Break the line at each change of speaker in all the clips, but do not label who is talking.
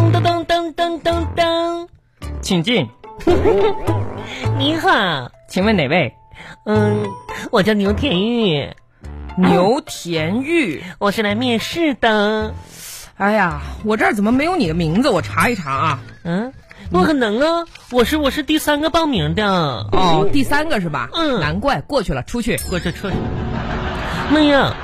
噔噔噔噔，
请进，
你好，
请问哪位？
嗯，我叫牛田玉，
牛田玉。
我是来面试的。
哎呀，我这儿怎么没有你的名字？我查一查啊。
嗯，不可能啊，我是我是第三个报名的。
哦，第三个是吧？
嗯
难怪过去了，出去。
我这出去，妈呀！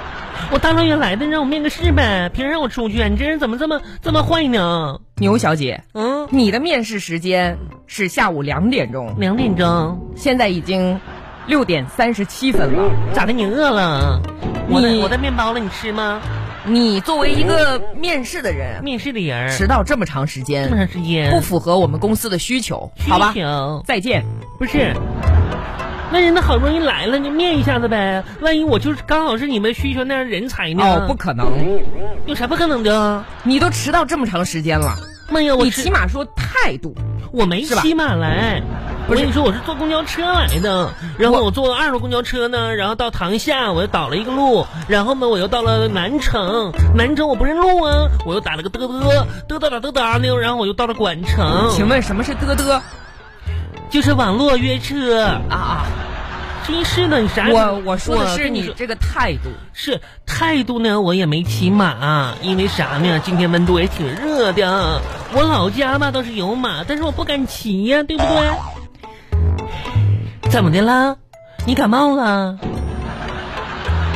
我大老远来的，让我面个试呗，凭让我出去？你这人怎么这么这么坏呢？
牛小姐，
嗯，
你的面试时间是下午两点钟，
两点钟，
现在已经六点三十七分了。
咋的？你饿了？我的
你
我的面包了，你吃 吗？
你作为一个面试的人，
面试的人儿
迟到这么长时
这么
间，
长时间，
不符合我们公司的需求，好吧
嗯需？求
再见。
不是，那人家好不容易来了，你面一下子呗。万一我就是刚好是你们需求那样人才呢？
哦，不，可能，
有啥不可能的？
你都迟到这么长时间了，
妈呀，嗯我嗯
你
吃
起码说态度。
我没
是吧
骑马来。我
不是
跟你说，我是坐公交车来的，然后
我
我坐二路公交车呢，然后到塘下，我又倒了一个路，然后呢，我又到了南城，南城我不认路啊，我又打了个嘚嘚嘚嘚打嘚嘚呢，然后我又到了管城，
请问什么是嘚嘚？
就是网络约车，
啊啊！
真是的，你啥也
我我说的
我
是
跟
你
说
这个态度。
是态度呢，我也没骑马、因为啥呢？今天温度也挺热的。我老家吧倒是有马，但是我不敢骑呀、对不
哎
对？怎么的啦？你感冒了？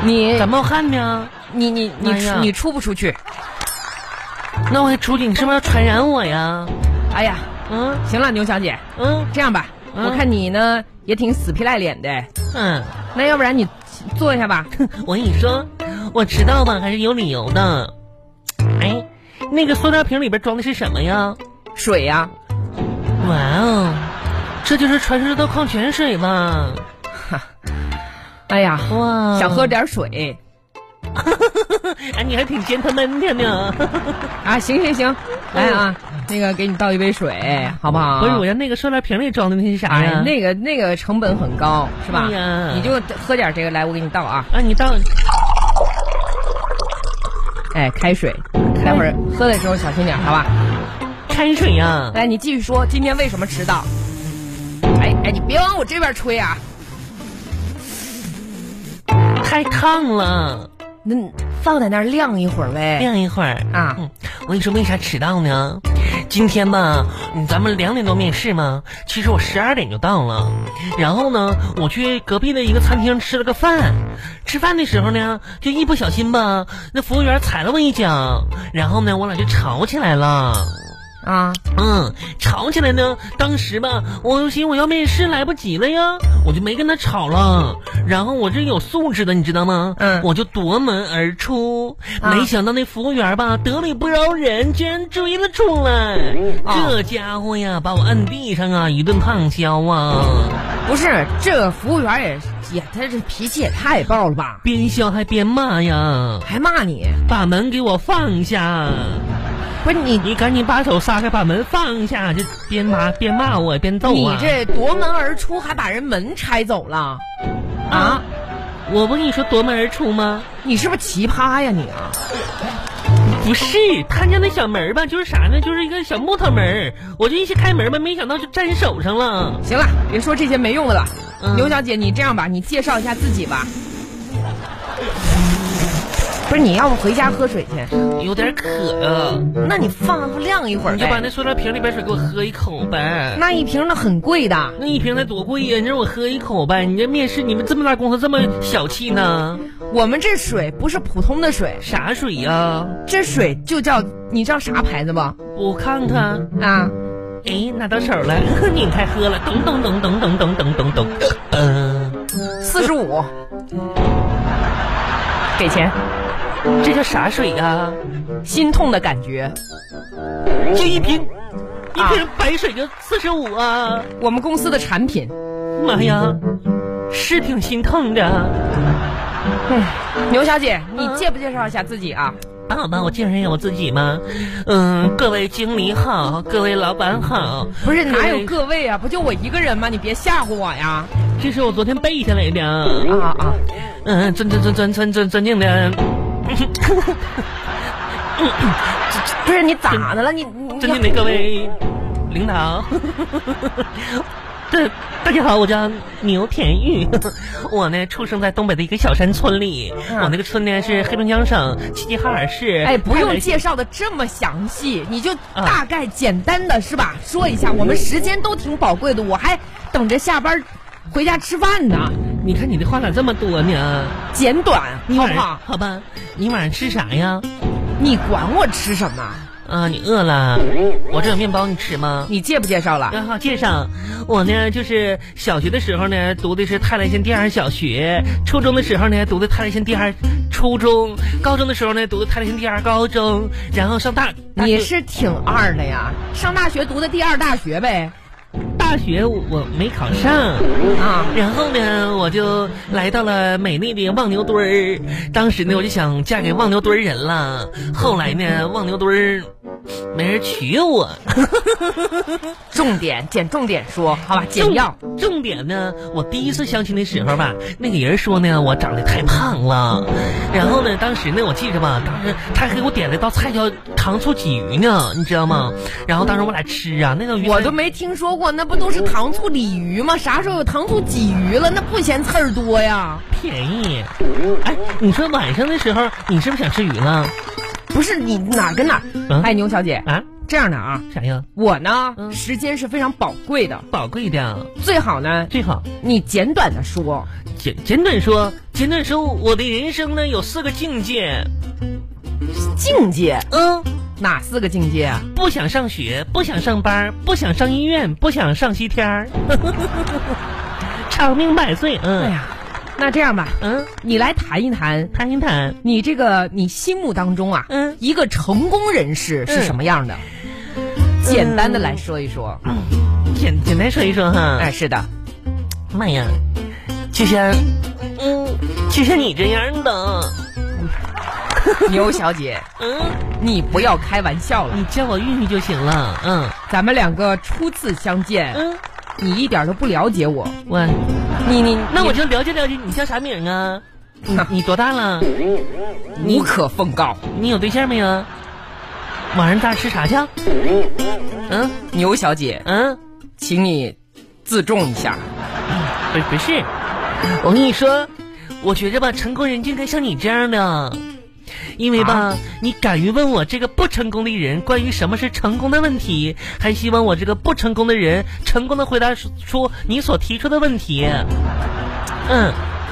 你
感冒汗呢？
你你你
哎呀
出你出不出去？
那我还出去，你是不是要传染我呀？
哎呀，
嗯
行了，牛小姐，
嗯
这样吧，
嗯
我看你呢也挺死皮赖脸的，
嗯，
那要不然你坐一下吧。
我跟你说，我迟到吧还是有理由的。哎，那个塑料瓶里边装的是什么呀？
水呀、
哇哦，这就是传说中的矿泉水吧？
哎呀，
哇，
想喝点水
哎，你还挺 gentleman 的呢。
啊？行行行，来啊，那个给你倒一杯水，好不好？
不是，嗯我家那个塑料瓶里装的那是啥
啊哎
呀？，
那个那个成本很高，是吧
哎呀？
你就喝点这个来，我给你倒啊。
啊，你倒
哎，开水，待
哎
会儿喝的时候小心点，好吧？
开水呀、
来，你继续说，今天为什么迟到？哎哎，你别往我这边吹啊！
太烫了，
那放在那儿晾一会儿呗。
晾一会儿
啊
嗯，我跟你说，为啥迟到呢？今天吧，嗯咱们两点多面试嘛，其实我十二点就到了。然后呢，我去隔壁的一个餐厅吃了个饭。吃饭的时候呢，就一不小心吧，那服务员踩了我一脚，然后呢，我俩就吵起来了。
啊，
嗯，吵起来呢。当时吧，我寻思我要面试来不及了呀，我就没跟他吵了。然后我这有素质的，你知道吗？
嗯
我就夺门而出。
啊
没想到那服务员吧，得理不饶人，居然追了出来。
哦
这家伙呀，把我摁地上啊，一顿胖削啊，
不是，这个服务员也也，他这脾气也太暴了吧？
边削还边骂呀，
还骂你？
把门给我放下！
不是你，
你赶紧把手撒开，把门放下！就边骂边骂我，边揍我。啊
你这夺门而出，还把人门拆走了？
嗯
啊，
我不跟你说夺门而出吗？
你是不是奇葩呀你啊？
不是，他家那小门儿吧，就是啥呢？就是一个小木头门儿，我就一起开门吧，没想到就粘手上了。
行了，别说这些没用的了。
嗯
牛小姐，你这样吧，你介绍一下自己吧。不是，你要不回家喝水去？
有点渴呀、
那你放晾一会儿
你就把
呗。
那塑料瓶里边水给我喝一口呗。
那一瓶那很贵的，
那一瓶才多贵呀、你让我喝一口呗？你这面试你们这么大公司这么小气呢？
我们这水不是普通的水，
啥水呀、
这水就叫你知道啥牌子吧？
我看看，
啊，
哎，拿到手了， 拧开喝了，咚咚咚咚咚咚咚咚咚，嗯、
四十五，给钱，
这叫啥水呀、
心痛的感觉。
就一瓶，一
啊
瓶白水就四十五啊。
我们公司的产品，
妈呀，是挺心疼的。
牛小姐，你
嗯
介不介绍一下自己啊？
啊，好吧，我介绍一下我自己嘛。嗯，各位经理好，各位老板好。
不是，哪
位
有各位啊？不就我一个人吗？你别吓唬我呀！
这是我昨天背下来的。
啊啊，
嗯，尊尊尊尊尊尊尊敬的。嗯嗯尊
不是你咋的了？你你
尊敬的各位领导，对大家好，我叫牛田玉，我呢出生在东北的一个小山村里，
嗯
我那个村呢是黑龙江省齐齐哈尔市。
哎，不
看
用
来嗯
介绍的这么详细，你就大概简单的是吧？说一下，我们时间都挺宝贵的，我还等着下班回家吃饭呢，
你看你的话咋这么多呢？
简短
你
好
晚
不
上
好？
好吧，你晚上吃啥呀？
你管我吃什么？
啊，你饿了？我这有面包，你吃吗？
你介不介绍了？
然后介绍，我呢就是小学的时候呢读的是泰来县第二小学，初中的时候呢读的泰来县第二初中，高中的时候呢读的泰来县第二高中，然后上大大学
你是挺二的呀，上大学读的第二大学呗？
大学我我没考上，
啊，
然后呢我就来到了美丽的望牛墩儿，当时呢我就想嫁给望牛墩儿人了，后来呢望牛墩儿没人娶我。
重点简重点说，好吧？简要。
重重点呢，我第一次相亲的时候吧，那个人说呢，我长得太胖了。然后呢，当时呢，我记着吧，当时他还给我点了一道菜叫糖醋鲫鱼呢，你知道吗？然后当时我俩吃啊，那个鱼
我都没听说过，那不都是糖醋鲤鱼吗？啥时候有糖醋鲫鱼了？那不嫌刺儿多呀？
便宜。哎，你说晚上的时候，你是不是想吃鱼了？
不是你哪儿跟哪儿？
嗯
哎，牛小姐，
啊，
这样的啊，
啥呀？
我呢，
嗯
时间是非常宝贵的，
宝贵的，
最好呢，
最好
你简短的说。
简简短说，简短说，我的人生呢有四个境界。
境界
嗯。
哪四个境界啊？
不想上学，不想上班，不想上医院，不想上西天儿， 长命百岁。
哎
嗯、
呀，那这样吧，
嗯，
你来谈一谈
谈一谈，
你这个你心目当中啊，
嗯
一个成功人士是
嗯
什么样的？简单的来说一说。
嗯简简单说一说哈。
哎，是的，
妈呀，就像，嗯，就像你这样的，
牛 小姐，
嗯，
你不要开玩笑了。
你叫我玉玉就行了。嗯
咱们两个初次相见，
嗯，
你一点都不了解我。
我
你你
那我就了解了解你叫啥名啊？你你多大了？
无可奉告。
你有对象没有？晚上咱俩吃啥去？嗯
牛小姐，
嗯。
请你自重一下。
不不是，我跟你说，我觉着吧，成功人就应该像你这样的，因为吧，
啊
你敢于问我这个不成功的人关于什么是成功的问题，还希望我这个不成功的人成功的回答出出你所提出的问题。嗯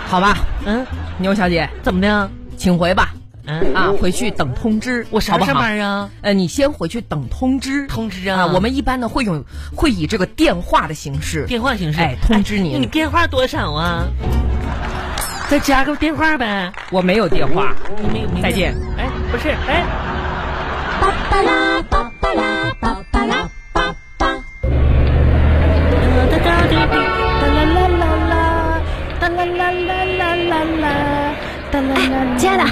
好吧，
嗯，
牛小姐，
怎么的？啊
请回吧。
嗯，
啊，回去等通知，
我啥
好
时
不
候上
好？
班啊？
呃，你先回去等通知。
通知啊，
啊，我们一般呢会用会以这个电话的形式。
电话形式，
哎通知您
你电话多少啊？再加个电话呗。
我没有电话。
你没有没有
再见。
哎，不是，哎。
巴巴拉巴巴拉巴巴拉巴巴。
哒哒哒哒哒啦啦啦啦，哒啦啦啦啦啦啦，哒啦
哎，亲爱的，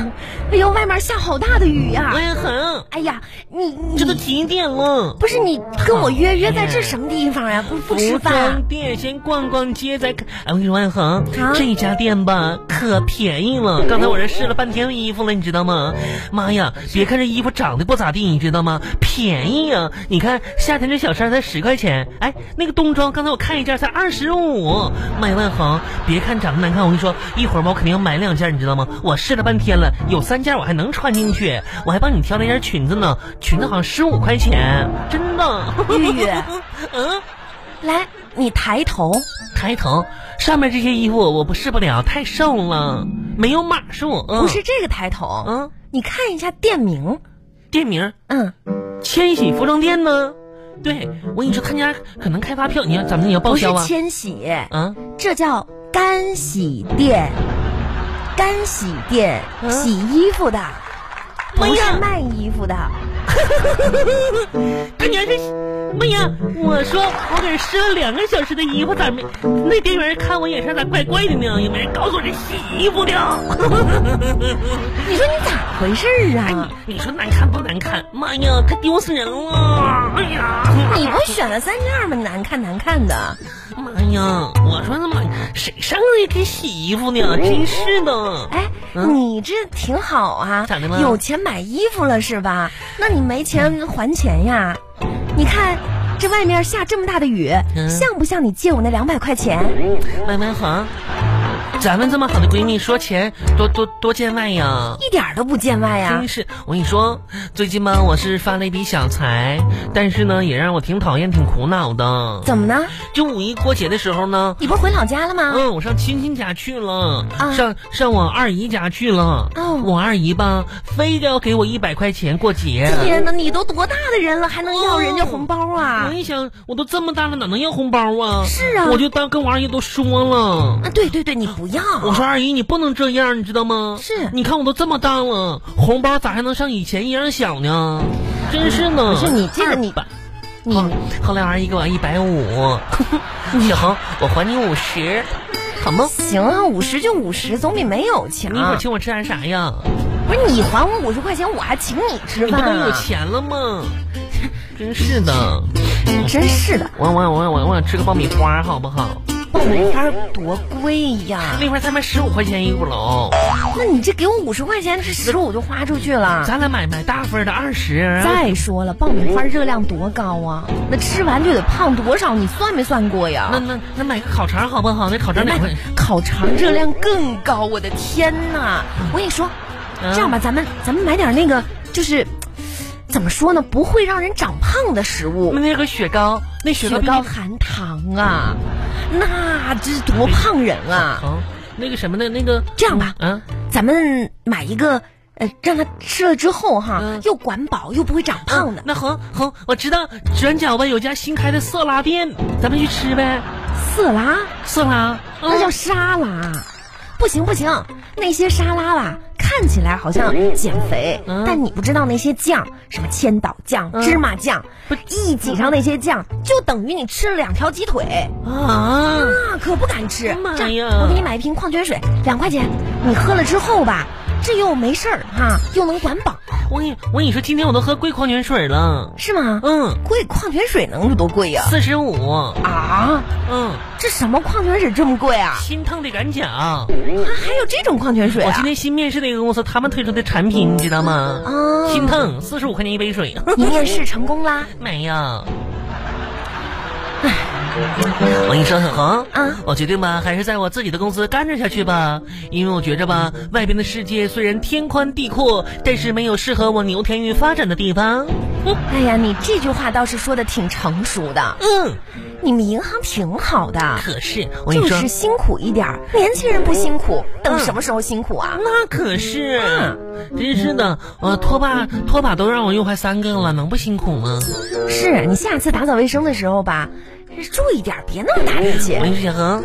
哎呦，外面下好大的雨呀、
文恒，
哎呀，你
这
你
都几点了？
不是你跟我约约在
哎
这什么地方呀、不不吃
服
饭啊、
装店先逛逛街，再看。哎，我跟你说，万恒
啊，
这家店吧可便宜了。刚才我这试了半天衣服了，你知道吗？妈呀，别看这衣服长得不咋地，你知道吗？便宜啊！你看夏天这小衫才十块钱，哎，那个冬装刚才我看一件才二十五。妈呀，万恒，别看长得难看，我跟你说，一会儿吧我肯定要买两件，你知道吗？我试了半天了，有三件我还能穿进去，我还帮你挑了一件裙子呢，裙子好像十五块钱，真的。
玉玉
嗯。
来，你抬头，
抬头，上面这些衣服我不试不了，太瘦了，没有码数。嗯、
不是，这个抬头，
嗯，
你看一下店名，
店名
嗯，
千禧服装店呢？对，我跟你说，他家可能开发票，你要咱们也要报
不是
销啊。
千玺，
啊，
这叫干洗店，干洗店、
嗯
洗衣服的，不
哎
是
呀
卖衣服的。
他娘这哎呀，我说我搁这试了两个小时的衣服，咋没？那店员看我眼神咋怪怪的呢？也没人告诉我这洗衣服的。
你说你咋回事儿啊？
你说难看不难看？妈呀，可丢死人了！哎呀，
你不选了三件吗？难看难看的，
妈呀！我说他妈，谁上来给洗衣服呢？真是的。
哎，
嗯
你这挺好啊，
咋的了
有钱买衣服了是吧？那你没钱还钱呀？你看这外面下这么大的雨，
嗯
像不像你借我那两百块钱？
麦麦黄，咱们这么好的闺蜜，说钱多多多见外呀。
一点儿都不见外啊呀
真！是，我跟你说，最近吧，我是发了一笔小财，但是呢，也让我挺讨厌、挺苦恼的。
怎么呢？
就五一过节的时候呢，
你不是回老家了吗？
嗯，我上亲戚家去了，
啊
上上我二姨家去了。
哦
我二姨吧，非得要给我一百块钱过节。
天哪，你都多大的人了，还能要人家红包啊
我？一想，我都这么大了，哪能要红包啊？
是啊
我就当跟我二姨都说了。
啊，对对对，你不要。
我说二姨，你不能这样，你知道吗？
是
你看我都这么大了，红包咋还能像以前一样小呢？真是呢。
不是你这个你
200
你
后后来我二姨给我一百 五，小红，我还你五十，好吗？
行啊，五十就五十，总比没有强
你。一会儿请我吃点啥呀？
不是你还我五十块钱，我还请你吃
你不
饭、
都有
啊。
钱了吗？ 真是的，
你真是的，
我我我我我想吃个爆米花，好不好？
爆米花多贵呀！
那块才卖十五块钱一不楼，
那你这给我五十块钱，这十五就花出去了。
咱俩买买大份儿的二十。
再说了，爆米花热量多高啊！那吃完就得胖多少？你算没算过呀？
那那那买个烤肠好不好？那烤肠两块
卖。烤肠热量更高，我的天呐！我跟你说，
嗯
这样吧，咱们咱们买点那个，就是怎么说呢，不会让人长胖的食物
那。那个雪糕，那雪
雪
糕比
糕含糖啊，
嗯
那这多胖人啊！
好，那个什么的，那个
这样吧
嗯，
咱们买一个，呃，让他吃了之后哈，
嗯
又管饱又不会长胖的
那好好，我知道转角吧有家新开的色拉店，咱们去吃呗。
色拉，
色拉，
那叫沙拉。不行不行，那些沙拉吧，看起来好像减肥，
嗯
但你不知道那些酱，什么千岛酱、
嗯
芝麻酱，
不
一挤上那些酱，就等于你吃了两条鸡腿。
啊，
啊，可不敢吃。
妈
这样
哎呀
我给你买一瓶矿泉水，两块钱，你喝了之后吧，这又没事儿哈、又能管饱，
我跟你我跟你说，今天我都喝贵矿泉水了，
是吗？
嗯，
贵矿泉水能有多贵呀、
四十五，
啊，
嗯，
这什么矿泉水这么贵啊？
心疼的敢讲。
啊，还有这种矿泉水
我
啊
今？天新面试的一个公司，他们推出的产品，你知道吗？
啊，
心疼，四十五块钱一杯水。
你面试成功啦？
没有。哎我跟你说，小红
啊，
我决定吧，还是在我自己的公司干着下去吧，因为我觉着吧，外边的世界虽然天宽地阔，但是没有适合我牛田玉发展的地方。
哎呀，你这句话倒是说的挺成熟的，
嗯，
你们银行挺好的，
可是我跟
就
你说，
是辛苦一点儿。年轻人不辛苦，等什么时候辛苦啊？
那可是，真是的，我拖把拖把都让我用坏三个了，能不辛苦吗？
是你下次打扫卫生的时候吧，注意点儿，别那么大力气
我。跟你说，小恒，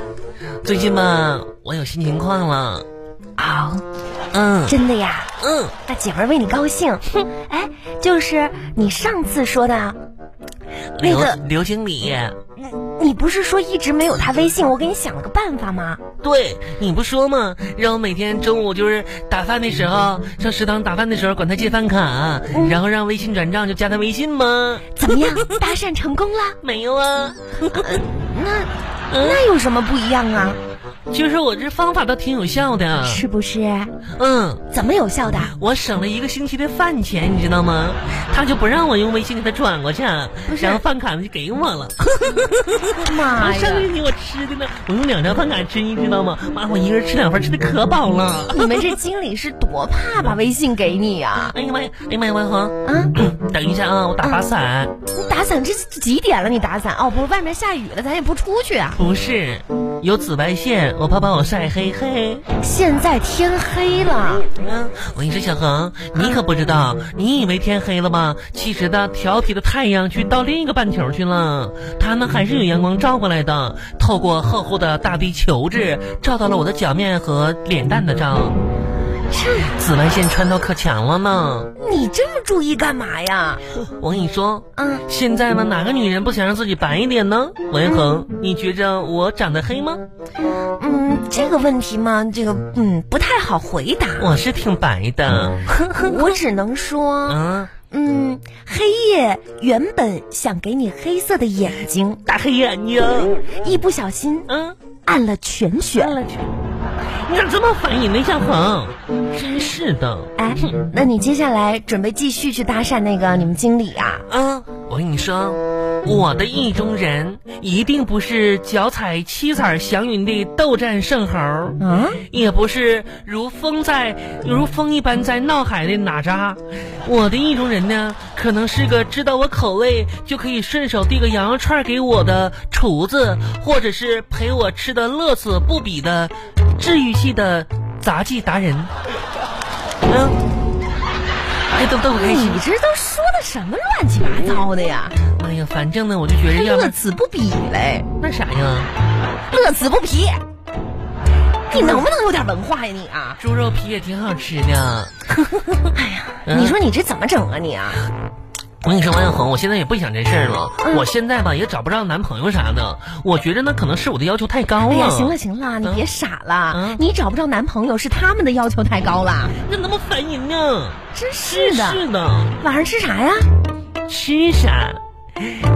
最近吧，我有新情况了。
啊、
嗯
真的呀，
嗯，
大姐们儿为你高兴。哎，就是你上次说的，那
刘
个
刘经理。
你不是说一直没有他微信？我给你想了个办法吗？
对，你不说吗？让我每天中午就是打饭的时候，上食堂打饭的时候管他借饭卡，
嗯
然后让微信转账就加他微信吗？
怎 么样，搭讪成功了？
没有啊，嗯
那那有什么不一样啊？
就是我这方法倒挺有效的。
是不是？
嗯，
怎么有效的？
我省了一个星期的饭钱，你知道吗？他就不让我用微信给他转过去，
不是
然后饭卡呢就给我了。
妈
上个
呀！
星期我吃的呢，我用两张饭卡吃，你知道吗？妈，我一个人吃两份，吃的可饱了。
你们这经理是多怕把微信给你呀、
哎呀妈呀，哎呀妈呀，王恒，
嗯啊？
等一下啊，我打把伞。
你打伞这这几点了？你打伞哦，不是外面下雨了，咱也不出去啊。
不是，有紫外线，我怕把我晒黑嘿。
现在天黑了，
嗯，我跟你说，小恒，你可不知道，你以为天黑了吧？其实呢，调皮的太阳去到另一个半球去了，它呢还是有阳光照过来的，透过厚厚的大地球质，照到了我的脚面和脸蛋的照。
是
紫外线穿透可强了呢。
你这么注意干嘛呀？
我跟你说，
嗯，
现在呢，哪个女人不想让自己白一点呢？王一恒，你觉着我长得黑吗？
嗯，这个问题嘛，这个嗯不太好回 答。
我是挺白的。
我只能说，
啊，
嗯，黑夜原本想给你黑色的眼睛，
大黑眼睛。
一不小心
嗯，
按了全
看
选。
了去。你咋这么反应呢，夏恒？真是的。
哎，那你接下来准备继续去搭讪那个你们经理啊？
啊，我跟你说，我的意中人一定不是脚踩七彩祥云的斗战胜猴，
啊，
也不是如风在如风一般在闹海的哪吒。我的意中人呢，可能是个知道我口味就可以顺手递个羊肉串给我的厨子，或者是陪我吃的乐此不彼的治愈系的杂技达人。嗯，哎，都都不开心
你。这都说的什么乱七八糟的呀？
哎呀，反正呢，我就觉
还
着要不
乐
然
此不疲嘞，
那啥呀，
乐此不疲。你能不能有点文化呀你啊？
猪肉皮也挺好吃的。嗯
你说你这怎么整啊你啊？
我跟你说，王小红，我现在也不想这事儿了。
嗯
我现在吧也找不着男朋友啥的，我觉着那可能是我的要求太高了。
哎呀，行了，行了，你别傻了，
哦嗯
你找不着男朋友是他们的要求太高了，
那那么烦人呢？
真是的。
是的，
晚上吃啥呀？
吃啥？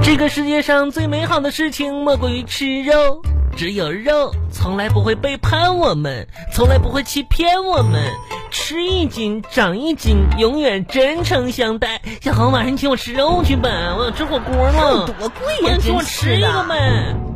这个世界上最美好的事情莫过于吃肉，只有肉从来不会背叛我们，从来不会欺骗我们。吃一斤长一斤，永远真诚相待。小红，晚上你请我吃肉去吧，我想吃火锅
肉
了。
多贵
嗯 我
呀、
想请
真
我
是
吃一个
的。
呗。